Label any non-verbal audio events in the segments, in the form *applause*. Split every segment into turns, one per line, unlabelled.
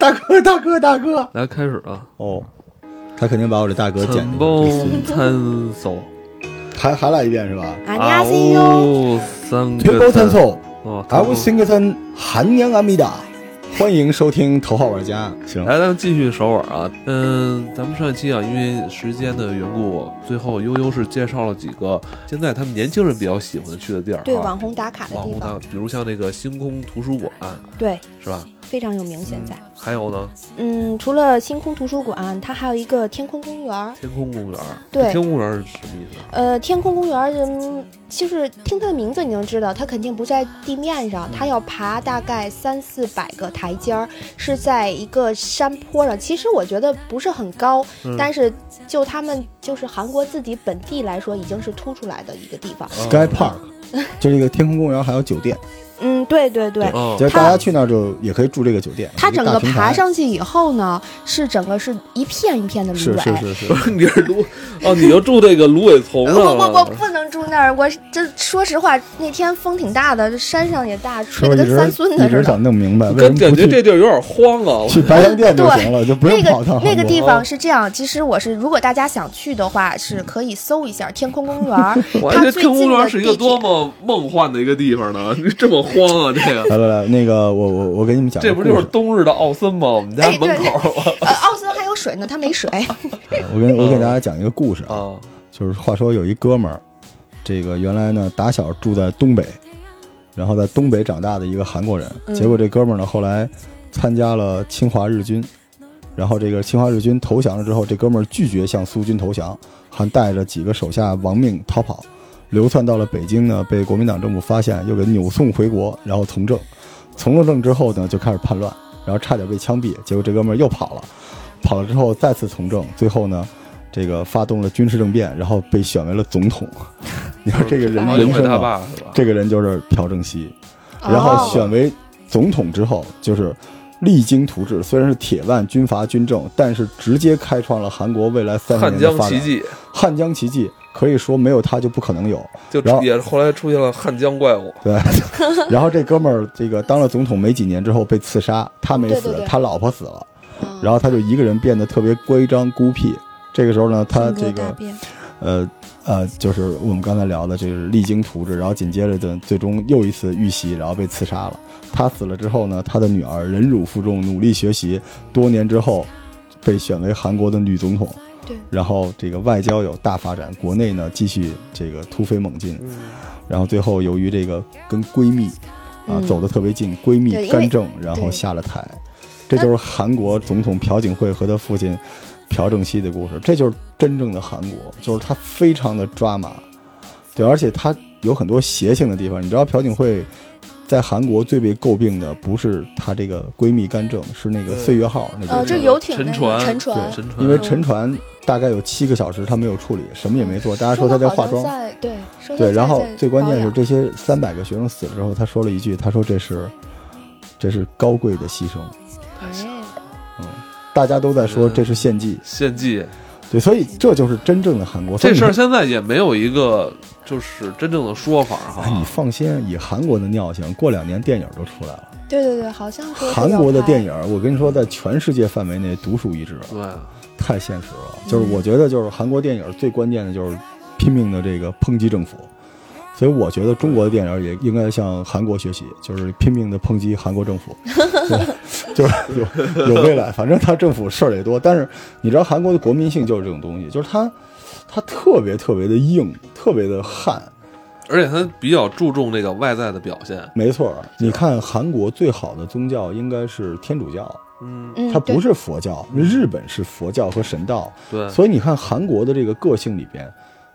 大哥，大哥，大哥！
来开始啊！
哦，他肯定把我这大哥剪掉
参谋
了。
参奏，
还还来一遍是吧？
안녕하세요，
哦，三
全
个
包参奏，
哦，
阿乌辛格森，韩娘阿米达，呃欢迎收听《头号玩家》。行，
来，咱们继续首尔啊。嗯，咱们上一期啊，因为时间的缘故，最后悠悠是介绍了几个现在他们年轻人比较喜欢去的地儿、啊，
对网红打卡的
网
地
红
方
的，，比如像那个星空图书馆，
对，
是吧？
非常有名。现在，
还有呢，
嗯，除了星空图书馆，它还有一个天空公园儿。
天空公园。
对
天空公园是什么意思啊？
呃，天空公园儿，嗯，就是听它的名字你就知道，它肯定不在地面
嗯
上，它要爬大概三四百个台阶儿，是在一个山坡上。其实我觉得不是很高，
嗯
但是就他们就是韩国自己本地来说，已经是突出来的一个地方。
嗯
Sky Park，就这个天空公园还有酒店，
嗯，对对对。
哦，
就是大家去那儿就也可以住这个酒店。
它
一
整
大
个
平
爬
台，
上去以后呢，是整个是一片一片的芦
是
苇，
是
*laughs*
是是，
你是芦哦，你就住这个芦苇丛啊
呃我
上
我我
嗯
了。
不能住那儿，我这说实话，那天风挺大的，山上也大，
是
吹
不
得
是一
跟三
直
孙
一
子
直
似的。
想弄明白为什
感
么
感
不
觉这
去
地儿有点荒啊。，
去白洋淀就行了，就不用
那
跑趟
个
韩
那个
国
地方是这样，其实我是，如果大家想去的话，是可以搜一下天空公园
*laughs*
儿
我还觉
它
得
最
天空
近
公
的
园是一个
地
多
址。
么梦幻的一个地方呢？ *laughs* 这么荒啊，这个。
来来来，那个我我我给你们讲个
*laughs* 这
故
不
事，
就是冬日的奥森吗？我们家
哎
门口
呃，奥森还有水呢，它没水。
啊我给我给
嗯
大家讲一个故事啊，
啊，
就是话说有一哥们儿，这个原来呢打小住在东北，然后在东北长大的一个韩国人，
嗯
结果这哥们儿呢后来参加了侵华日军，然后这个侵华日军投降了之后，这哥们儿拒绝向苏军投降，还带着几个手下亡命逃跑，流窜到了北京呢，被国民党政府发现，又给扭送回国，然后从政，从了政之后呢就开始叛乱，然后差点被枪毙，结果这哥们儿又跑了，跑了之后再次从政，最后呢。这个发动了军事政变，然后被选为了总统。 *laughs* 你说这个人
然后
林
人
肯
生
他
啊，
爸是吧？
这个人就是朴正熙。然
哦
后选为总统之后，就是励精图治，虽然是铁腕军阀军政，但是直接开创了韩国未来三十
汉
年的
江
发展。
奇，迹，
汉江奇迹可以说没有他就不可能有。
就
然后
也后来出现了汉江怪物。
*laughs*
对，然后这哥们儿这个当了总统没几年之后被刺杀，他没死，
对对对
他老婆死了，
嗯
然后他就一个人变得特别乖张孤僻。这个时候呢，他
性格
这
大
个
变
呃呃，就是我们刚才聊的，这是励精图治，然后紧接着的最终又一次遇袭，然后被刺杀了。他死了之后呢，他的女儿忍辱负重，努力学习，多年之后被选为韩国的女总统。
对
然后这个外交有大发展，国内呢继续这个突飞猛进，
嗯
然后最后由于这个跟闺蜜啊、
嗯
走得特别近，闺蜜
对因为
干政，然后
对
下了台，这就是韩国总统朴槿惠和他父亲朴正熙的故事，这就是真正的韩国，就是他非常的抓马，对，而且他有很多邪性的地方，你知道朴槿惠。在韩国最被诟病的不是她这个闺蜜干政，是那个
对
岁月号那个
呃，
事
这
儿
游艇
沉
那个
船
沉船，
对
沉船，
因为沉船大概有七个小时，他没有处理，什么也没做。大家说他在化妆，
说好像在对，说
对。
他
然后
在
最关键是
保
这些三百个学生死了之后，他说了一句：“他说这是，这是高贵的牺牲。
养哎”
大家都在说
嗯
这是献祭，
献祭
对，所以这就是真正的韩国。所以
这
你
事儿现在也没有一个就是真正的说法
哎，你
哈。
放心，以韩国的尿性，过两年电影就出来了。
对对对，好像说是
韩
要
国的
拍
电影，我跟你说，在全世界范围内独树一帜，
对，
太现实了。就是我觉得，就是韩国电影最关键的就是拼命的这个抨击政府，所以我觉得中国的电影也应该向韩国学习，就是拼命的抨击韩国政府， *laughs* 对就是有有未来。反正他政府事儿也多，但是你知道韩国的国民性就是这种东西，就是他他特别特别的硬，特别的悍。
而且他比较注重那个外在的表现。
没错儿，你看韩国最好的宗教应该是天主教，
嗯，
嗯，
它
对
不是佛教，日本是佛教和神道。
对，
所以你看韩国的这个个性里边，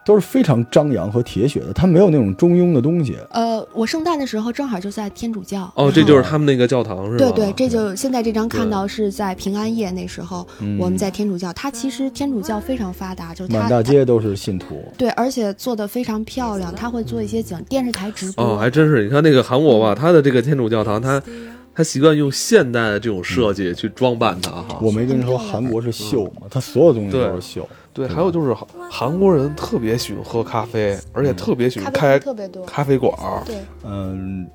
都是非常张扬和铁血的，他没有那种中庸的东西。
呃，我圣诞的时候正好就在天主教。
哦，
然
这
后
就是他们那个教堂是吧？
对对，这就现在这张看到是在平安夜那时候，我们在天主教，它其实天主教非常发达，就是
嗯
它
满大
它
街都是信徒，
对，而且做的非常漂亮，它会做一些
嗯
景电视台直
哦，
播，
还真是。你看那个韩国吧，他的这个天主教堂，他他习惯用现代的这种设计去装扮它哈。
我没跟你说韩国是秀吗？他所有东西都是秀。
对，嗯还有就是韩韩国人特别喜欢喝咖啡，而且特别喜欢
咖啡
开
厅特别多，
咖啡馆儿。
对，
嗯，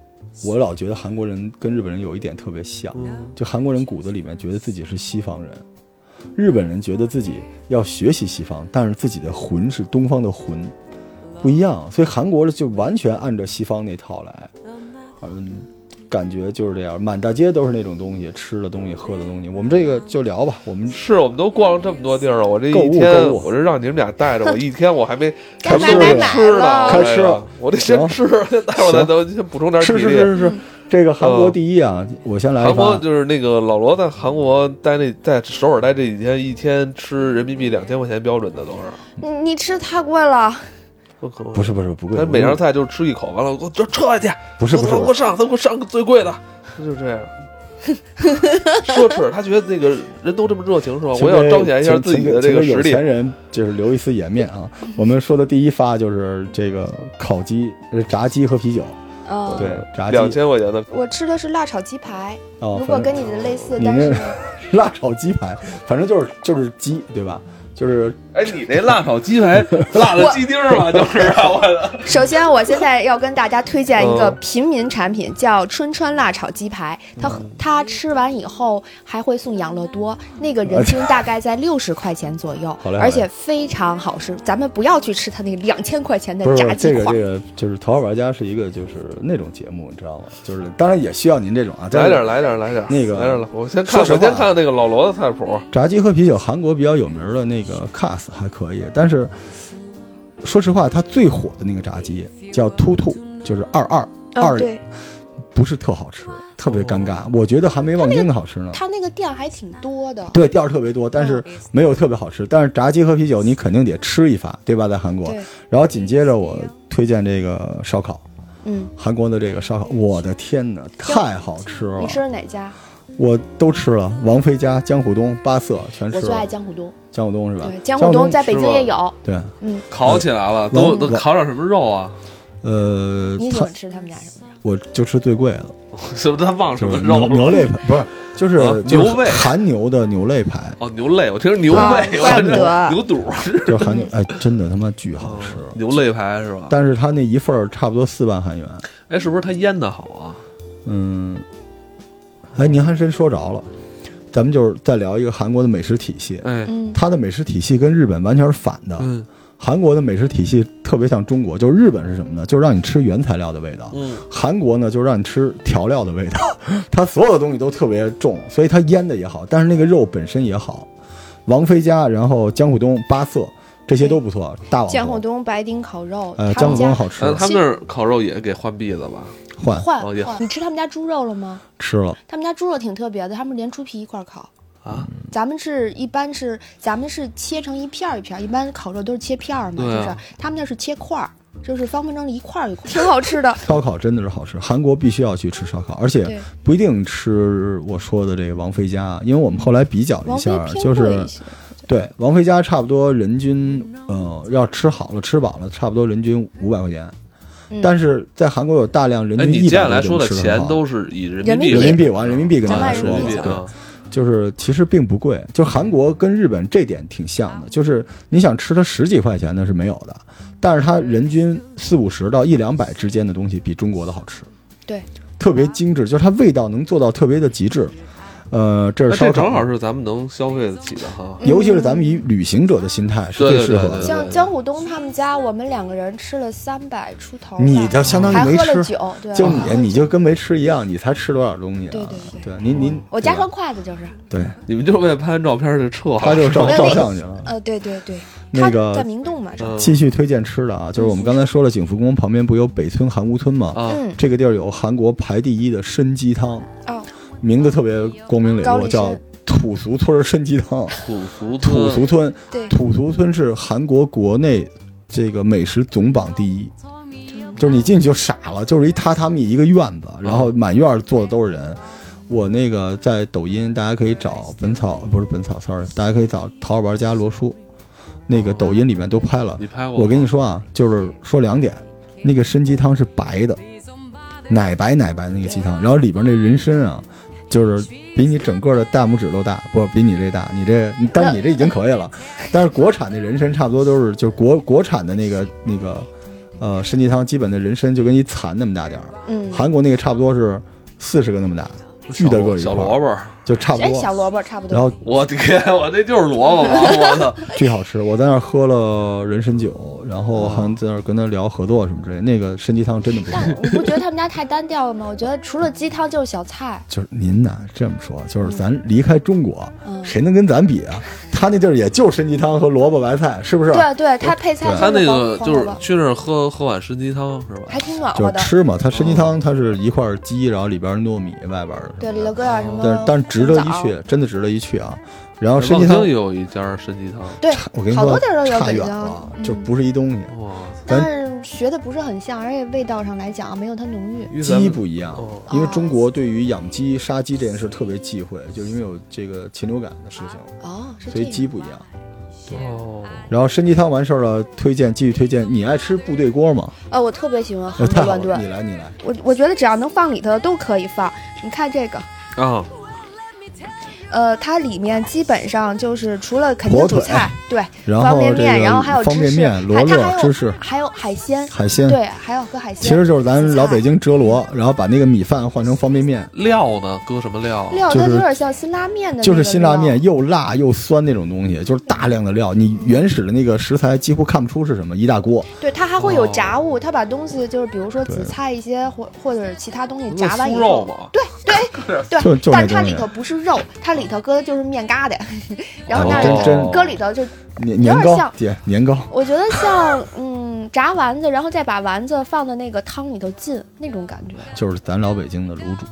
我老觉得韩国人跟日本人有一点特别像，
嗯
就韩国人骨子里面觉得自己是西方人，日本人觉得自己要学习西方，但是自己的魂是东方的魂，不一样。所以韩国就完全按照西方那套来，嗯，感觉就是这样，满大街都是那种东西，吃的东西，喝的东西。我们这个就聊吧，我们
是我们都逛了这么多地儿了，我这
购
一
物
天
购物
我这让你们
*laughs*
俩带着我一天，我还没
该
还
买
没
买
有
买
吃呢，
了
开
哎
吃
呀
了
我得先
行
吃， *laughs* 待会儿再
行
咱先补充点体
是是
力。
是是是，这个韩国第一啊，我先来一
呃韩国
发。
就是那个老罗在韩国待那在首尔待这几天，一天吃人民币两千块钱标准的都是，
你你吃太贵了，
不可能
不是不是不贵，
他每样菜就吃一口，完了我就撤下去，
不是不
咱给我
是，
上，咱给我上个最
*laughs*
贵的，他就这样。奢侈，他觉得那个人都这么热情是吧？
请
啊我要
给
彰显一下自己的这
请
个
给
实
有
力。
钱人就是留一丝颜面
*laughs*
啊。我们说的第一发就是这个烤鸡、呃炸鸡和啤酒，
嗯，
对，炸鸡
两千块钱的，
我吃的是辣炒鸡排，
哦，
如果
反正 *laughs*
跟你的类似，
你
但
那
是
辣炒鸡排，反正就是就是鸡，对吧？就是
*laughs* 哎，你那辣炒鸡 *laughs* 排辣的鸡丁儿嘛，就是啊，我
首先我现在要跟大家推荐一
哦
个
嗯
平民产品，叫春川辣炒鸡排。它
嗯
它吃完以后还会送养乐多，那个人均大概在六十块钱左右
好嘞好，嘞
而且非常好吃。咱们不要去吃它那两千块钱的
不是
炸
这
鸡
个
块
这。个就是《头号玩家》是一个就是那种节目，你知道吗？就是当然也需要您这种啊，但
*laughs* 来
是
点儿，来点儿，来点儿，
那个
来点儿了。我先看，我
说实
先
话
看看那个老罗的菜谱。
炸鸡和啤酒，韩国比较有名的那个 Cas 还可以，但是说实话，它最火的那个炸鸡叫突突，就是二二
嗯，
二，啊
对，
不是特好吃，特别尴尬。我觉得还没望京的好吃呢。
它那个店还挺多的。
对，调儿特别多，但
哦
是没有特别好吃。但是炸鸡和啤酒你肯定得吃一发，对吧？在韩国
对，
然后紧接着我推荐这个烧烤，
嗯，
韩国的这个烧烤，我的天哪，太好吃了
你！吃的哪家？
我都吃了，王菲家、江虎东、八色全
我
吃
最爱
了。
江虎东。
江虎东是吧？
对，江虎东在北京也有。
对，
嗯，
*laughs* 烤起来了，
老
都都烤点什么肉啊？
呃，
你喜
他
欢吃他们家什么肉？
我就吃最
*laughs*
贵的，
什么他忘什
就
么
是
肉
牛
了？
牛肋排，不是，就是、
啊
就是
牛肋
韩牛的牛肋排，
哦，牛肋，我听成牛
啊
肋，我
怪不得
牛肚儿， *laughs*
就是韩牛，哎，真的他妈巨好吃。
牛肋排是吧？
但是它那一份儿差不多四万韩元，
哎，是不是他腌的好啊？
嗯，哎，您还真说着了，咱们就是再聊一个韩国的美食体系，
哎，
嗯，
它的美食体系跟日本完全是反的。
嗯
韩国的美食体系特别像中国，就是日本是什么呢？就是让你吃原材料的味道。
嗯，
韩国呢，就让你吃调料的味道， *laughs* 它所有的东西都特别重，所以它腌的也好，但是那个肉本身也好。王菲家，然后江户东、八色这些都不错，大网
江虎
红，
东白丁烤肉，
哦呃，
他
江
们
户
家
东好吃
哎，他们那儿烤肉也给换币了吧？
换
换
哦也
换。你吃他们家猪肉了吗？
吃了，
他们家猪肉挺特别的，他们连猪皮一块儿烤。
啊，
咱们是一般是咱们是切成一片儿一片儿，一般烤肉都是切片儿嘛，
对啊
就是他们那是切块儿，就是方方正正一块儿一块儿，挺好吃 *laughs* 的。
烧烤真的是好吃，韩国必须要去吃烧烤，而且
对
不一定吃我说的这个王菲家，因为我们后来比较了
王
一
菲
下，
偏
就
贵
是
一些，
对王菲家差不多人均，呃，要吃好了吃饱了，差不多人均五百块钱，
嗯
但是在韩国有大量人
哎，
均
你
一
接下
百
来
块
说
钱
的
吃
钱
很好
都是以人
人
民币
民币
人民币，我按人民币跟
咱
大
们
家
按人
说
民币
吧，对
啊，
就是其实并不贵，就韩国跟日本这点挺像的，
嗯
就是你想吃它十几块钱那是没有的，但是它人均四五十到一两百之间的东西比中国的好吃，
对，
特别精
啊
致，就是它味道能做到特别的极致。呃，这
那
是
这
烧
正好
烤，
是咱们能消费得起的哈。
尤其是咱们以旅行者的心态是
对
最
对
适合
嗯对对
的。
像江虎东他们家，我们两个人吃了三百出头吧，
你就相当
还
于没
喝了
吃，
酒，对，
就你你就跟没吃一样，你才吃多少东西啊？
对对
对，您您
我加上筷子就是，
对，
你们就是为了拍完照片就撤了，
他就照
没有
照
那个
相去了。
呃，对对对，
那
他在
个
明洞嘛，是吧
嗯
继续推荐吃的
嗯
啊，就是我们刚才说了，景福宫旁边不有北村韩屋村吗？
啊，
嗯，
这个地儿有韩国排第一的参鸡汤，
哦，
名字特别光明磊
高
落，
丽
叫
参
土俗村参鸡汤。
土俗
土俗村，
对，
土俗村是韩国国内这个美食总榜第一，就是你进去就傻了，就是一榻榻米一个院子，然后满院儿坐的都是人。我那个在抖音，大家可以找本草，不是本草，sorry，大家可以找淘宝玩家罗叔，那个抖音里面都拍了
你。拍过吗？
我跟你说啊，就是说两点，那个参鸡汤是白的，奶白奶白那个鸡汤，然后里边那人参啊，就是比你整个的大拇指都大，不比你这大，你这但你这已经可以了。但是国产的人参差不多都是就是国国产的那个那个呃，参鸡汤基本的人参就跟一蚕那么大点儿，
嗯，
韩国那个差不多是四十个那么大，巨大个儿一块
小
儿
萝卜，
就差不
哎，
多。
小萝卜差不多。
然后
我的天，我那就是萝卜吧，
*laughs*
我
*laughs*
操！
巨好吃，我在那儿喝了人参酒，然后好像在那儿跟他聊合作什么之类，那个参鸡汤真的不错
但。你不觉得他们家太单调了吗？我觉得除了鸡汤就是小菜。
就是您呐，这么说，就是咱离开中国，
嗯，
谁能跟咱比啊？他那地儿也就参鸡汤和萝卜白菜，是不是？
对啊对，他配菜
对
他
真的
那个就
黄黄
是
萝卜
去那儿喝喝碗参鸡汤是吧？
还挺暖
就
和
是
的。嗯
吃嘛，它参鸡汤它是一块儿鸡，然后里边儿糯米，外边儿的
对，
什
里
么的
头搁点什么
但是但是值得一
红枣
去，真的值得一去啊。然后
望
参
京
鸡汤
也，有一家参鸡汤，
对，
我跟你
好
说
多地儿都有
差
北
远
京
了，
嗯
就不是一东西，啊
哇，
咱
但是学的不是很像，而且味道上来讲没有它浓郁。
因为咱
鸡
们
不一样。
哦
因为中国对于养鸡、杀鸡这件事特别忌讳，就是因为有这个禽流感的事情，
哦，是
所
这
以鸡
样。
不一样。
哦，
然后参鸡汤完事儿了，推荐继续推荐，你爱吃部队锅吗？
呃，我特别喜
*laughs*
欢
呃
杭
太
州
好
乱
了，
炖
你，来你来，
我我觉得只要能放里头的都可以放。你看这个，
啊，
呃，它里面基本上就是除了肯定
火
主
腿啊
菜，对，
然
方
后
便
这
面，然后还有
个方便
芝士
面、罗
还它
勒、
还有
芝士、
还有海鲜，
海鲜，
对，还有搁海鲜。
其实就是咱老北京折罗，然后把那个米饭换成方便面，
料呢？搁什么料啊？
料
就
它
是
有点像辛拉面的，
就是辛拉面，。又辣又酸那种东西，就是大量的料，你原始的那个食材几乎看不出是什么，一大锅。
对，它还会有
哦
炸物，它把东西就是比如说
对
紫菜一些或或者是其他东西
那
炸完以
酥
后
肉，嘛，
对对对，
就就那
但它
东西
里头不是肉，它里头搁的就是面疙瘩， *laughs* 然
哦
后那儿
真真
搁里头就，
年年糕
像
姐年糕，
我觉得像嗯炸丸子，然后再把丸子放到那个汤里头浸那种感觉。
就是咱老北京的卤煮，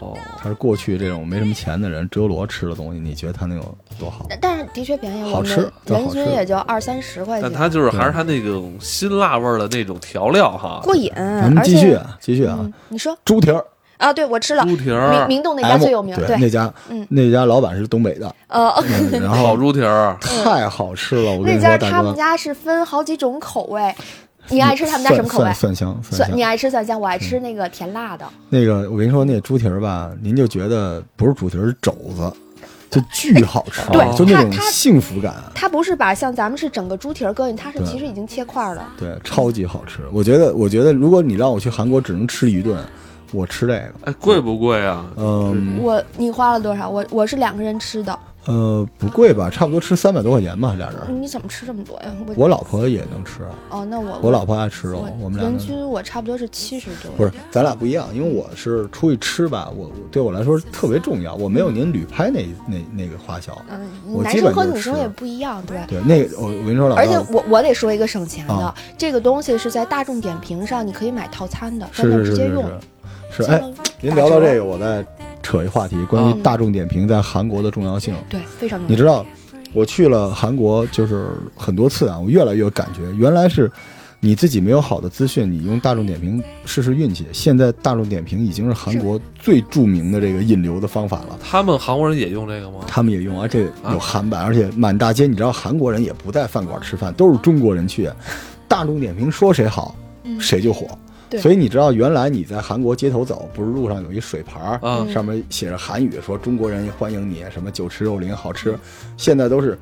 哦，
它是过去这种没什么钱的人折罗吃的东西，你觉得它能有多好？
但但是的确便宜，我
好吃
们
都好
人
吃
均也就二三十块
但它
钱，
就是还是它那种辛辣味儿的那种调料哈，
过瘾。
咱们
而
继续
且，
啊，继续啊
嗯，，你说
猪蹄儿，
啊，对我吃了
猪蹄
明
儿、
明洞那家
M
最有名，
啊对，那家
嗯
那家老板是东北的，
呃， *laughs*
嗯然
烤
后
猪蹄儿，
太好吃了，我跟
那
你
家
说，大
他
哥
们，家是分好几种口味，你爱吃他们家什么口味
蒜？蒜蒜香，蒜
蒜，
香
你。爱吃蒜香，我爱吃那个甜辣的。
那个，我跟你说，那猪蹄儿吧，您就觉得不是猪蹄儿，是肘子，就巨好
*laughs*
吃，
对
就那
它
种
它
幸福感，
它不是把像咱们是整个猪蹄儿搁进，它是
对
其实已经切块儿了。
对，超级好吃。我觉得，我觉得，如果你让我去韩国只能吃一顿，我吃这个，
哎，贵不贵啊？
嗯
我你花了多少？我我是两个人吃的，
呃，不贵吧，差不多吃三百多块钱吧，俩人。
你怎么吃这么多呀？我
我老婆也能吃，
哦，那我
我老婆爱吃肉
我，
我们俩
人
能
均我差不多是七十多，
不是，咱俩不一样，因为我是出去吃吧，我我对我来说特别重要，我没有您旅拍那那那个花销。
嗯，
我
男
基
生
本
和
就
女生
是
也不一样，对。
对，那个我我跟你说，老
而且
赵
我我得说一个省钱的，
啊
这个东西是在大众点评上，你可以买套餐的，在
是
那
是
直
是
接
是
用。
是是，
相
哎
当，于
您
打
聊到
折
这个，我再扯一话题，关于
嗯
大众点评在韩国的重要性。
对，非常重要。
你知道，我去了韩国就是很多次啊，我越来越有感觉，原来是你自己没有好的资讯，你用大众点评试试运气。现在大众点评已经是韩国最著名的这个引流的方法了。
他们韩国人也用这个吗？
他们也用，而且有韩版，而且满大街，你知道韩国人也不在饭馆吃饭，都是中国人去。大众点评说谁好，
嗯
谁就火。
对
所以你知道，原来你在韩国街头走，不是路上有一水牌儿，
啊，
嗯
上面写着韩语，说中国人欢迎你，什么酒池肉林好
嗯
吃。现在都是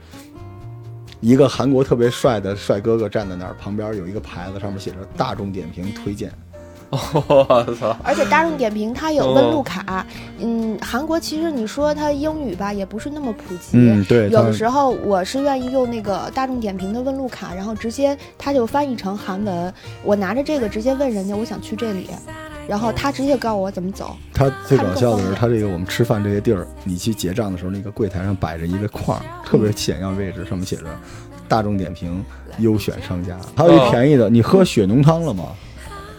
一个韩国特别帅的帅哥哥站在那儿，旁边有一个牌子，上面写着大众点评推荐。
*laughs* 我操，
而且大众点评它有
哦
问路卡，嗯，韩国其实你说它英语吧，也不是那么普及。，
对
有的时候我是愿意用那个大众点评的问路卡，然后直接它就翻译成韩文，我拿着这个直接问人家我想去这里，然后他直接告诉我怎么走。
他最搞笑的
看
是，
不
他这个我们吃饭这些地儿，你去结账的时候，那个柜台上摆着一个框儿，特别显要位置，上面写着“大众点评优选商家”。还有一便宜的，你喝血浓汤了吗？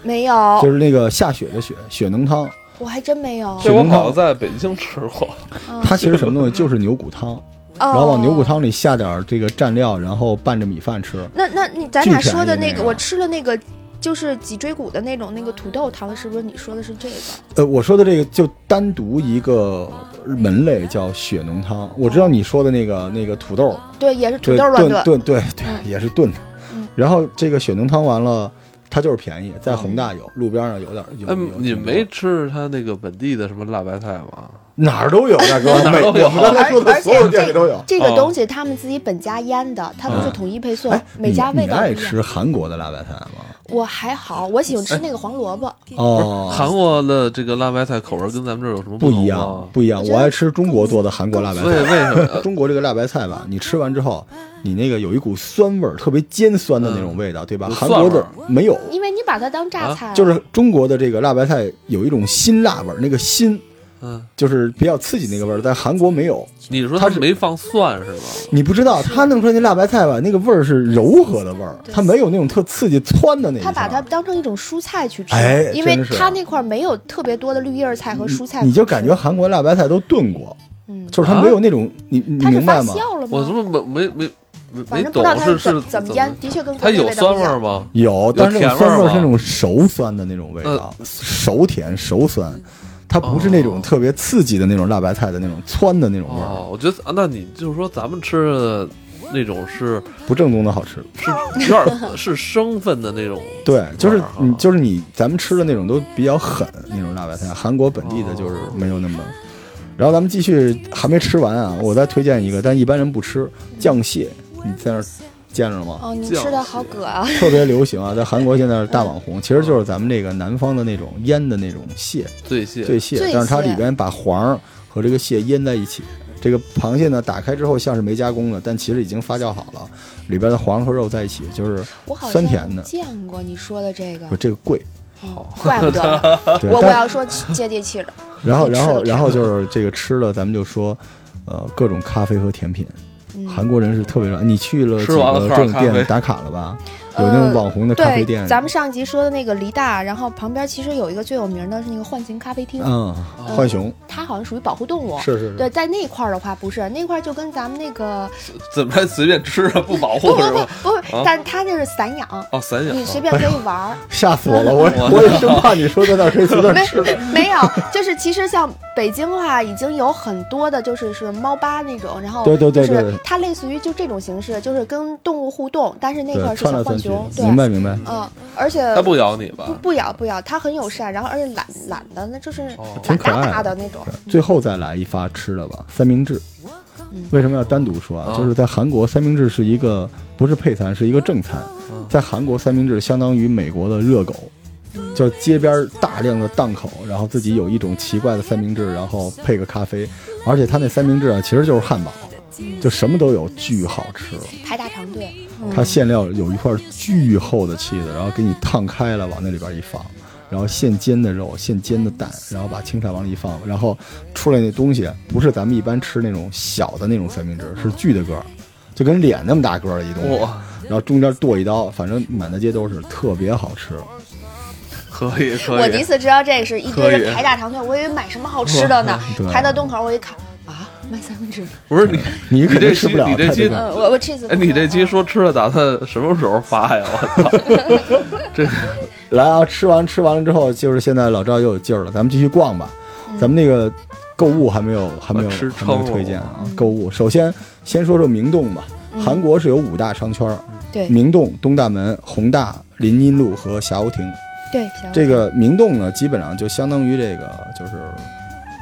没有
就，是那个下雪的雪，血浓汤，
我还真没有。哦
这我好像在北京吃过，
嗯、
它其实什么东西？就是牛骨汤，
然
然后往牛骨。汤里下点儿这个蘸料，然后拌着米饭吃。
那那你咱
巨
俩
便
说
宜
的
那
那个，
个
我吃了那个。就是脊椎骨的那种那个土豆汤，是不是你说的是这个？
呃，我说的这个就单独一个门类叫血浓汤。我知道你说的那个那个土豆，
对，也是土
对，
豆乱
炖，对对，
嗯
也是炖的
嗯。
然后这个血浓汤完了，它就是便宜，在宏大有，路边上有点儿有。
哎
有，
嗯你
有
没吃他那个本地的什么辣白菜吗？
哪儿都有，大哥，
*laughs* 哪儿
每
都有
我们刚才说的所有店里都有。
这个
哦
东西他们自己本家腌的，他们是
嗯
统一配送，
嗯哎，
每家味道
你
不
爱
一样。
吃哎韩国的辣白菜吗？
我还好，我喜欢吃那个黄萝卜。
哦，
韩国的这个辣白菜口味跟咱们这儿有什么
不
同
一样
吗，？
不一样。
我觉
我
得
爱吃中国做的韩国辣白
所以为
菜。
什么？呃
中国这个辣白菜吧，你吃完之后，你那个有一股酸味儿，特别尖酸的那种味道，对吧？
嗯有
韩
蒜
国
味
的
儿
没有，
因为你把它当榨
啊
菜了、
就是中国的这个辣白菜有一种辛辣味儿，那个辛
嗯，
就是比较刺激那个味儿，在韩国没有。
你说
它
它
是
没放蒜是吧？
你不知道，他弄出来那辣白菜吧，那个味儿是柔和的味儿，它没有那种特刺激窜的那一下
他
儿。
把它当成一种蔬菜去吃，
哎
因为
真是
它那块儿没有特别多的绿叶菜和蔬菜
你
可
就感
吃
觉韩国辣白菜都炖过，
嗯，
就是它没有那种你你
它是
明
发
白吗？
酵了
我怎
吗？
么没没没
反
没
正不
懂
知道它
是
怎
是
怎么腌，的确跟
它
国内
有
味道
酸
不一
味
样
儿吗？
有，但是那
甜
种
味儿
酸味儿是那
吗
种熟酸的那种味道，熟甜熟酸，它不是那种
呃哦
特别刺激的那种辣白菜的那种窜的那种味儿，
哦，我觉得啊，那你就是说咱们吃的那种是
不正宗的好吃。
是有点儿是生分的那种，
*laughs* 对，就是
味儿
你
哈
就是你，咱们吃的那种都比较狠那种辣白菜，韩国本地的就是没有那么。然后咱们继续，还没吃完啊，我再推荐一个，但一般人不吃酱蟹，你在那儿见着了吗？
哦，你
酱
吃的好葛啊！
特别流行啊，在韩国现在是大网红，其实就是咱们这个南方的那种腌的那种蟹，
醉蟹
醉蟹
醉，蟹
但是它里边把黄儿和这个蟹腌在一起。这个螃蟹呢，打开之后像是没加工的，但其实已经发酵好了，里边的黄和肉在一起，就是
我好
酸甜
像
的
见过你说的这个
不，这个贵。
嗯怪不得呢
对，
*laughs* 我我
但
要说接地气的，
然后
你吃
然
的
后
甜
然后就是这个吃的，咱们就说，呃，各种咖啡和甜品，
嗯
韩国人是特别热爱。你去了几
吃完了
个这
喝点
种
咖
店
啡
打卡了吧？有那种
呃
网红的咖啡店
对，，咱们上集说的那个梨大，然后旁边其实有一个最有名的是那个浣熊咖啡厅，
嗯，浣熊
它好像属于保护动物。
是是
对，在那块儿的话，不是那块儿就跟咱们那个
怎么还随便吃啊？不保
不
护
不
是
*laughs*
不
吧？
不不
啊，
但它那是散养，
哦，散
*laughs*
养
你随
啊，
便可以玩儿。
吓死我了！我我也生怕你说在那儿可以随便
*laughs* 没 *laughs*
吃。
没有，就是其实像北京的话，已经有很多的，就是是猫吧那种，然后
对对对
就
对
是它类似于就这种形式，就是跟动物互动，但是那块
对，
儿是
穿
小
来
浣
穿去
熊，，对，
明白明白。
嗯，而且
它不咬你
不 *laughs*
吧？
不咬不咬，它很友善，然后而且懒懒的，那就是
哦
挺
懒
可爱
大
的
大的那种，
最后再来一发吃的吧，三明治
嗯。
为什么要单独说啊？
啊
就是在韩国，三明治是一个不是配餐，是一个正餐。在韩国，三明治相当于美国的热狗，叫街边儿大量的档口，然后自己有一种奇怪的三明治，然后配个咖啡，而且它那三明治啊，其实就是汉堡，就什么都有，巨好吃。
排大长队。
它馅料有一块巨厚的气子，然后给你烫开了，往那里边一放，然后现煎的肉、现煎的蛋，然后把青菜往里一放，然后出来那东西不是咱们一般吃那种小的那种三明治，是巨的个儿，就跟脸那么大个儿的一东西，
哇，
然后中间剁一刀，反正满大街都是，特别好吃。
可以
我
可
第一
以，
次知道这个是一堆
可
人
以
排大长队，我以为买什么好吃的呢
对，
排到洞口我一看啊，卖三明治，
不是你
*laughs* 你肯定
这
吃
期
不了
你这
太
期
多了
嗯，我我这次
*laughs* 哎，你这
啊
期说吃的，打算什么时候发
*laughs*
呀？我操，这
来啊，吃完吃完了之后，就是现在老赵又有劲儿了，咱们继续逛吧。
嗯
咱们那个购物还没有还没有
我吃
还没有
撑了
推荐啊，购物。首先先说说明洞吧，韩国是有五大商圈儿，
嗯对
明洞、东大门、宏大、林荫路和霞欧亭。
对行
这个明洞呢，基本上就相当于这个就是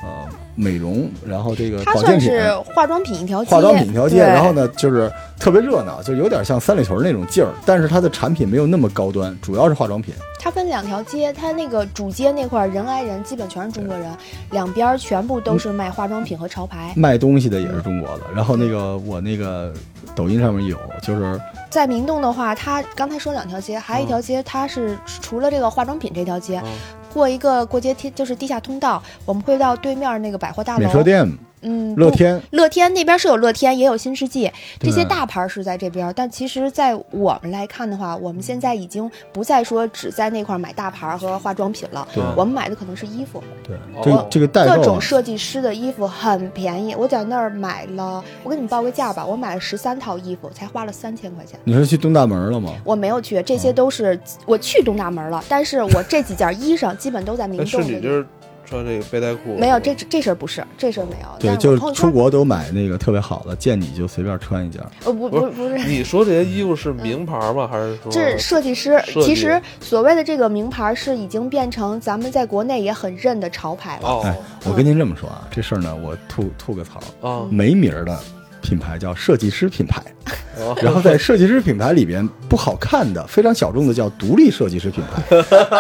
呃美容，然后这个
它
呃保健
算
品。啊
是化妆品一条街，
化妆品一条街，
对
然后呢，就是特别热闹，就有点像三里屯那种劲儿，但是它的产品没有那么高端，主要是化妆品。
它分两条街，它那个主街那块儿人挨人，基本全是中国人，两边儿全部
嗯
都是卖化妆品和潮牌。
卖东西的也是中国的。然后那个我那个抖音上面有，就是
在明洞的话，它刚才说两条街，还有
嗯
一条街，它是除了这个化妆品这条街，
嗯
过一个过街梯就是地下通道，我们会到对面那个百货大楼。
免税，店、
嗯，
乐
不。
天，
乐天那边是有乐天，也有新世纪，这些
对
大牌儿是在这边儿。但其实，在我们来看的话，我们现在已经不再说只在那块儿买大牌儿和化妆品了，
对
我们买的可能是衣服。
对
哦，
这个这个代
各
购
种
啊
设计师的衣服很便宜，我在那儿买了，我给你们报个价吧，我买了十三套衣服，才花了三千块钱。
你是去东大门了吗？
我没有去，这些都是我去东大门了，但是我这几件衣裳基本都在明
哎是
洞
你
里。
这穿这个背带裤。
没有这这事儿不是，这事儿没有。
对，
但我
就是
朋友圈
出国都买那个特别好的，见你就随便穿一件。
呃不不不是，
*laughs* 你说这些衣服是名牌吗？还是说
这是设计师。
设计
其实所谓的这个名牌是已经变成咱们在国内也很认的潮牌了。
哦
哎，我跟您这么说啊，这事儿呢，我吐吐个槽，
啊
没名儿的品牌叫设计师品牌，
哦
然后在设计师品牌里边不好看的、非常小众的叫独立设计师品牌，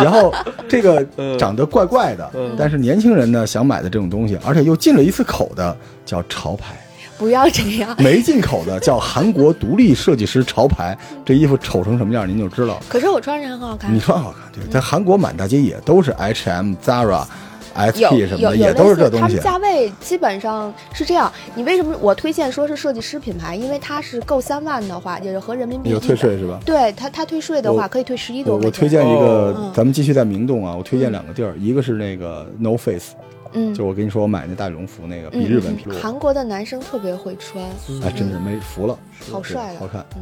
然后这个长得怪怪的，但是年轻人呢想买的这种东西，而且又进了一次口的叫潮牌，
不要这样。
没进口的叫韩国独立设计师潮牌，这衣服丑成什么样您就知道了。
可是我穿着很好看啊
你。穿好看，对，在韩国满大街也都是 H M、Zara、
有
SP 什么
有
的，
有
也都
类
是
似
这东
他
西啊
们。价位基本上是这样。你为什么我推荐说是设计师品牌？因为它是够三万的话，也是合人民币
有
一
退
百。
税是吧？
对它它退税的
我
话，可以退十一
我
多块钱。
我推荐一个，
哦
咱们继续在明洞啊，我推荐两个地儿，一个是那个 No Face，
嗯，
就我跟你说我买那大羽绒服那个，
嗯
比日本
嗯
皮肤，
韩国的男生特别会穿，
哎，真是没服了，
好
对
帅啊
好看，
嗯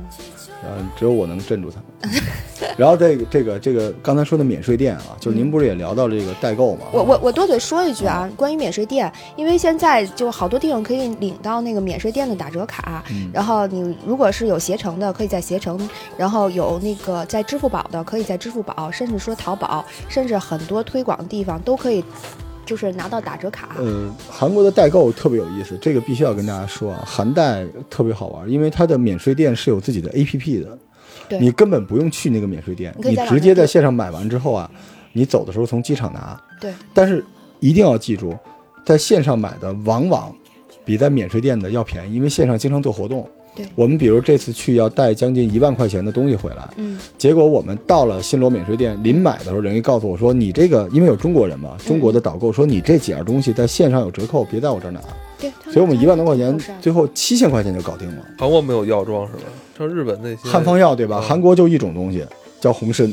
然后只有我能镇住他们。 *laughs* 然后这个这个这个刚才说的免税店啊，就是您不是也聊到这个代购吗？
嗯我我我多嘴说一句啊，关于免税店，因为现在就好多地方可以领到那个免税店的打折卡，
嗯
然后你如果是有携程的，可以在携程；然后有那个在支付宝的，可以在支付宝，甚至说淘宝，甚至很多推广的地方都可以，就是拿到打折卡。
呃，韩国的代购特别有意思，这个必须要跟大家说啊，韩代特别好玩，因为它的免税店是有自己的 APP 的，
对
你根本不用去那个免税店，
你可以
你
在网
直
上
接
订
在线上买完之后啊，你走的时候从机场拿。
对，
但是一定要记住，在线上买的往往比在免税店的要便宜，因为线上经常做活动。
对
我们比如这次去要带将近一万块钱的东西回来，
嗯，
结果我们到了新罗免税店，临买的时候，人家告诉我说：“你这个因为有中国人
嗯
嘛，中国的导购说你这几样东西在线上有折扣，别在我这儿拿。
对。”
所以我们一万多块钱
都是，
最后七千块钱就搞定了。
韩国没有药妆是吧？像日本那些
汉方药对吧？
嗯
韩国就一种东西叫红参，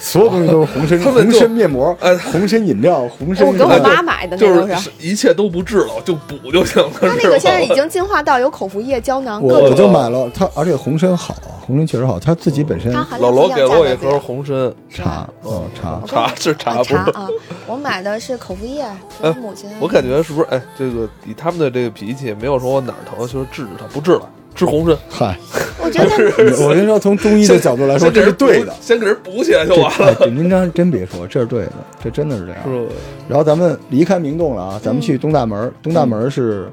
所有东西都是红 *laughs* 参，
他们
红
就
参面膜
哎、
呃红参饮料、红参
哦我
什
给
么
我
的。
妈买的那
就
都
是一切都不治了，就补就行了。
她那个
是吧
现在已经进化到有口服液、胶囊
我
啊各
我
种，
就买了它，而且红参好，红参确实好，它自己本身
它
*laughs*
含
老
量
罗
不
给
样
了我一
价格
盒
不
红参
一样
茶哦茶
我，跟
茶是茶
啊
不
茶
是？
啊，我买的是口服液，我
嗯
母亲。
我感觉是不是？哎，这个以他们的这个脾气，没有说我哪儿疼，就是治治它，不治了，吃红参。
嗨，
我觉得
我跟你说，从中医的角度来说，
先
这
给人
是对
补
的。
先给人补起来就
这
完了，
哎顶金章真别说，这是对的，这真的是这样。
是吧？
然后咱们离开明洞了
嗯
啊，咱们去东大门儿。东大门儿是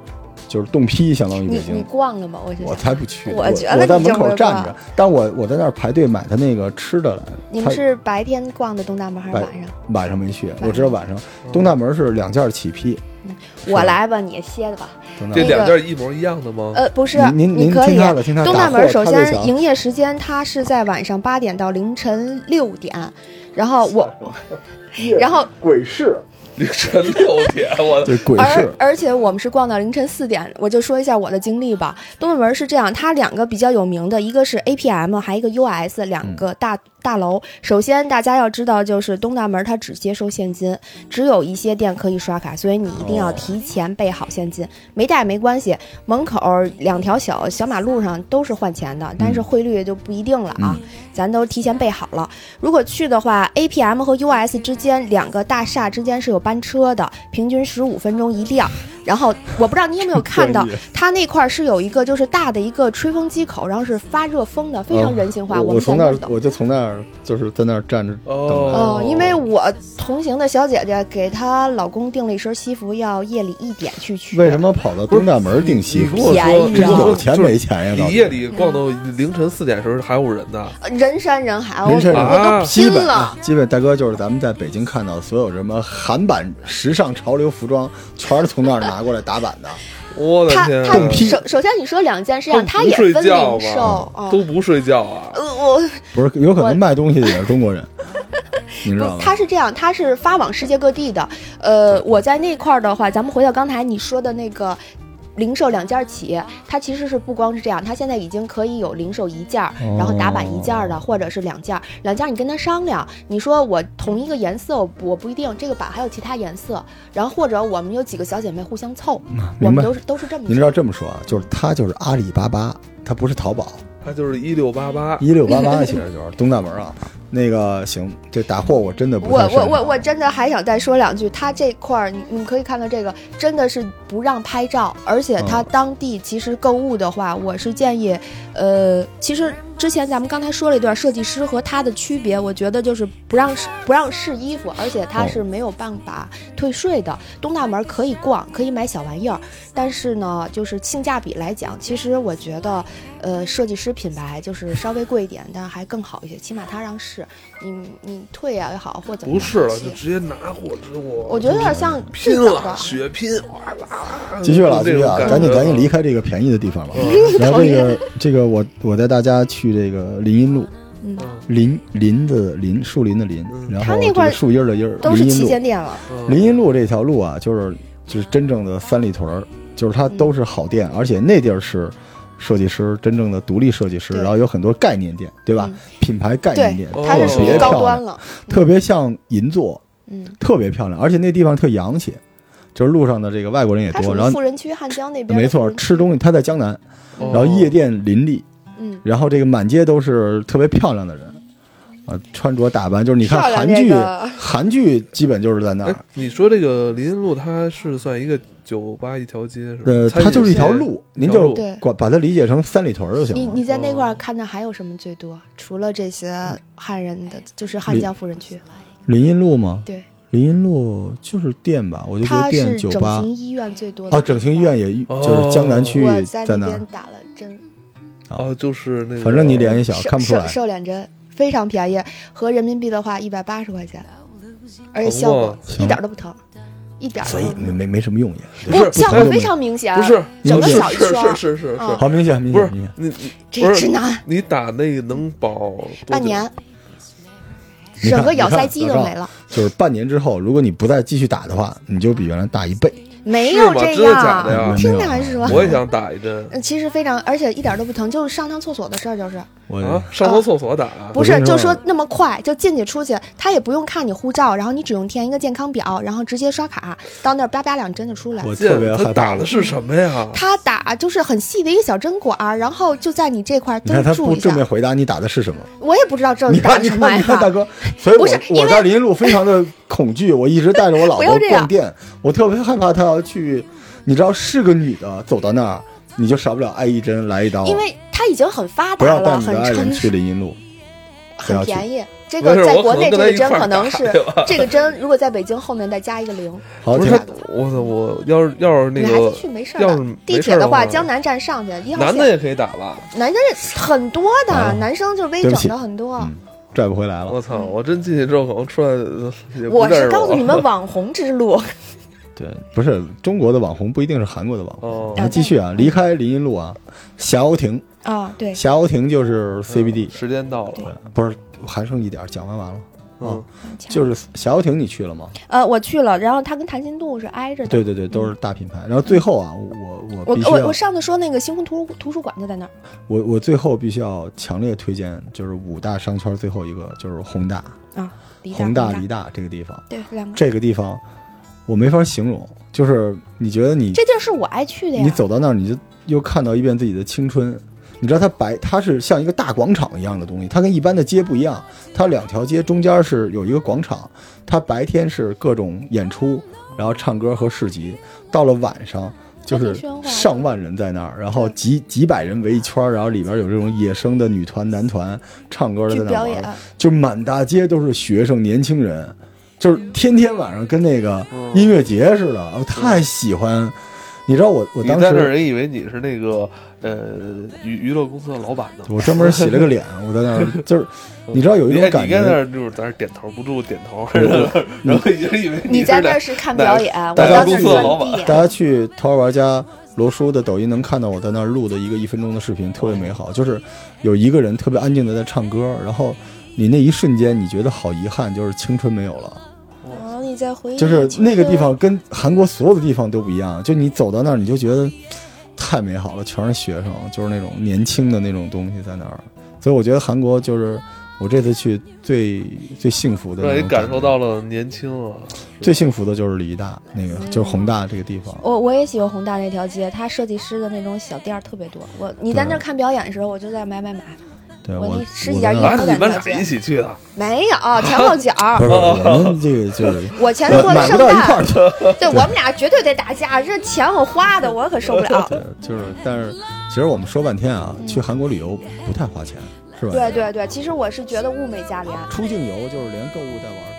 就是洞批，相当于
你
北
你
京。
逛了吗？我是
我
想
才不去，
我
我
觉得
我在
你
门
就
口
会
站
逛
着，但我我在那儿排队买他那个吃的来。
你
他
们是白天逛的东大门还是
晚
晚上？
晚上没去，
上
我知道晚上东大门是两件儿起批。是
我来吧，你歇着吧。
东大
这
门
那
两
个
件一模一样的吗？
呃，不是，
嗯您您
你
您
可以
听。他的，听他的
东
打
大
货
门首
他就想
先营业时间它是在晚上八点到凌晨六点，然后我，
啊
然后
鬼市，
*laughs* 凌晨六点，我的
对鬼市
而。而且我们是逛到凌晨四点，我就说一下我的经历吧。东大门是这样，它两个比较有名的，一个是 APM，还有一个 US，两个大、大楼。首先大家要知道，就是东大门它只接收现金，只有一些店可以刷卡，所以你一定要提前备好现金，没带没关系。门口两条小小马路上都是换钱的，但是汇率就不一定了啊，咱都提前备好了。如果去的话，APM 和 US 之间两个大厦之间是有班车的，平均十五分钟一辆。然后我不知道你有没有看
*laughs*
到
专业，
它那块儿是有一个就是大的一个吹风机口，然后是发热风的，非常人性化。
哦我
们在
从那儿
儿等。
我就从那儿就是在那儿站着等
哦
来。
哦，因为我同行的小姐姐给她老公订了一身西服，要夜里一点去取。
为什么跑到东大门订西
你
服
跟？我
便
说，
宜
这
啊
跟有
有
钱没钱呀？到
你
底
夜里逛到凌晨四点的时候还有人呢，
呃？人山人海，我
人山人海
啊
我都
基
拼
本
了。
基本大哥就是咱们在北京看到所有什么韩版时尚潮流服装，全是从那儿拿过来打版的。
我的
她
天啊，
冻批
她首首先你说两件事
都
情，她
不
也
睡
分
觉
零售
吧
啊，。
都不睡觉啊，
呃，我
不是，有可能卖东西的也是中国
*laughs*
人，你知
不
道，吗？
它是这样，它是发往世界各地的。呃，我在那块儿的话，咱们回到刚才你说的那个。零售两件儿起，它其实是不光是这样，它现在已经可以有零售一件儿，
哦
然后打版一件儿的，或者是两件儿。两件儿你跟他商量，你说我同一个颜色，我不我不一定这个版还有其他颜色，然后或者我们有几个小姐妹互相凑，我
啊明白
们都是都是这么
您知道这么说啊，就是他就是阿里巴巴，他不是淘宝，
他就是一六八八，
呃
一六八八其实就是东大门啊。那个行，这打货我真的不
我
太擅
我
长。
我我真的还想再说两句，他这块儿你你们可以看到这个真的是不让拍照，而且他
嗯
当地其实购物的话，我是建议，呃，其实之前咱们刚才说了一段设计师和他的区别，我觉得就是不让试不让试衣服，而且他
哦
是没有办法退税的。东大门可以逛，可以买小玩意儿，但是呢，就是性价比来讲，其实我觉得，呃，设计师品牌就是稍微贵一点，但还更好一些，起码他让试。你你退啊也好，或怎么
不
样
是了，
也
就
行
直接拿货之我
我觉得有点像
拼
最早
了，
的
血拼，哇啦啦
嗯
啦
继续了，继续了，
这种感觉啊
赶紧赶紧离开这个便宜的地方吧。
*laughs*
嗯
然后这个这个我我带大家去这个林荫路，
嗯，
林林的林，树林的林，
嗯
然
它
后
那
这
块
个
儿
树荫儿的荫儿，
都是
林荫
旗
路。
舰店了。
嗯
林荫路这条路啊，就是就是真正的三里屯儿，就是它都是好店，而且那地儿是设计师真正的独立设计师，
对
然后有很多概念店，对吧
嗯？
品牌概念店，
哦
它是属
特
于
别
高
漂
端
亮，
了，
特别像银座，
嗯，
特别漂亮，而且那地方特洋气，就是路上的这个外国人也
它
多，
属
然
于
后
富人区汉江那边，
没错，吃东西它在江南，
哦
然后夜店林立，
嗯，
然后这个满街都是特别漂亮的人，啊，穿着打扮就是你看
漂亮
韩
这
剧，
个
韩剧基本就是在那
哎
儿，，
你说这个林荫路，它是算一个酒吧一条街是吧？
呃，
餐饮
它就是一条
街
路，您
一条
就
路
对
管把它理解成三里屯儿就
你
行了。
你
嗯
在那块儿看的还有什么最多？除了这些汉人的，就是汉江富人区，
林荫路吗？
对，
林荫路就是店吧，我就觉
它
得
是
店酒
整
吧
形医院最多的
啊，整形医院也
哦
就是江南区
我
域
在
在那
边
儿，
打了针，
哦，就是那个，
反正你脸一小
瘦
看不出
瘦
来。
瘦脸针非常便宜，合人民币的话一百八十块钱，而且效
哇
果一
行
点都不疼，一点儿
所
都
以
不
没
疼
没没什么用也，对
不
吧
是
效
疼
果
就
非
没
常明显，
不是
呃整个
是
小一
是
圈
是
儿，
是是
嗯
是，
好明显明
不是
显明显。
你你不
这
是
直男
你打那个能保多久
半年，
你
整
看
个
你
咬
看
腮肌
老
都
赵
没了，
就是半年之后，如果你不再继续打的话，你就比原来大一倍。
没
是
有
吗
哎这
真的假的呀
嗯
样，听着还是说。
我也想打一针
嗯，其实非常，而且一点都不疼，就是上趟厕所的事儿，就是
我
啊，上趟厕所打啊
不
我
是
跟你
就
说
说那么快就进去出去，他也不用看你护照，然后你只用填一个健康表，然后直接刷卡到那儿叭叭两针就出来。
我
这
特别害
他
怕
打的是什么呀？
他打就是很细的一个小针管儿，然后就在你这块儿
你看他
都注
不
意一下
正。面回答你打的是什么？
我也不知道这
你
打
看，
的
你
什么
看，
呀
你看，大
*laughs*
哥，所以
不
我
是因
我
为
在林荫路非常的恐惧，我一直带着我老
*laughs* 不要
婆
这样
逛店，我特别害怕她要去，你知道是个女的走到那儿，你就少不了挨一针来一刀，
因为他已经很发
不
达
要带
了，
你
很
的爱人
成
去林荫路，不要
很
去
便宜。这
不
个
是
在
我
国
可能
内
跟
这
他
个
一
针
块儿
可能
打
是
对吧
这个针，如果在北京后面再加一个零，
好，
不是
挺
他
挺，
我操！我要是要是那
女孩
个
子去没事儿
要是
的
没。
地
事儿
铁
的
话，
话
江南站上去啊一号
男
线
的，也可以打吧？
男的是很多
完了
的，男生就微
啊对
整
不起
的很多。
嗯拽不回来了
我。操！我真进去之后可能出来呃也不
我
认识
是告诉
*laughs*
你们网红之路，
对，不是中国的网红不一定是韩国的网红。
哦
然，后继续啊，离开林荫路啊，霞欧亭，
啊，对，
霞欧亭就是
嗯
CBD，、
时间到了，
对，不是还剩一点儿，讲完完了，
嗯，
啊就是霞欧亭你去了吗？
呃，我去了，然后它跟谭鑫渡是挨着的。
对对对，都是大品牌。然后最后啊，我我
我
必须
我
要
我上次说那个星空图图书馆就在那儿，
我我最后必须要强烈推荐，就是五大商圈最后一个就是宏大，
离大
宏
大
梨大这个地方，
对两个，
这个地方我没法形容，就是你觉得你
这地儿是我爱去的呀。
你走到那儿，你就又看到一遍自己的青春。你知道它白，它是像一个大广场一样的东西，它跟一般的街不一样，它两条街中间是有一个广场，它白天是各种演出，然后唱歌和市集，到了晚上
哦
就是上万人在那儿，然后几几百人围一圈儿，然后里边有这种野生的女团、男团唱歌的在
去
那
表
儿
演啊
玩，，就满大街都是学生、年轻人，就是天天晚上跟那个
嗯
音乐节似的，我太喜欢。你知道我我
你
当
在那儿
时
人以为你是那个呃娱娱乐公司的老板呢。
我专门洗了个脸，我在
*laughs*
那儿就是，你知道有一
你
种
看
感
你在那
觉，
儿就是在那儿点头不住点头，然后一直以为
你在
是
那
那
儿是看表演，我
大
家
当
公
时
司的老
钻
板
地
大。家去头号玩家罗叔的抖音能看到我在那儿录的一个一分钟的视频，特别美好。就是有一个人特别安静的在唱歌，然后你那一瞬间你觉得好遗憾，就是青春没有了。
然后哦哎你在回忆
就是
青
那个地
春，
方跟韩国所有的地方都不一样，就你走到那儿，你就觉得太美好了，全是学生，就是那种年轻的那种东西在那儿。所以我觉得韩国就是我这次去最最幸福的那
让
种
你
觉
感受到了年轻啊。
最幸福的就是梨大那个，就是宏大这个地方。
我我也喜欢宏大那条街，它设计师的那种小店儿特别多。我你在那儿
对
看表演的时候，我就在买买买，
对
我
我
那十几家
我
一
们
啊，
不
你
敢
们
了
俩
解
一起去的？
没有前
*laughs*
后脚，
不是我们这个这个。
我钱
呃
多的
买
上
不到一块
万
儿，去，
对我们俩绝对得打架，这钱我花的我可受不了。
对，就是，但是其实我们说半天啊，去韩国旅游不太花钱，是吧？
对对对，其实我是觉得物美价廉。
出境游就是连购物带玩儿。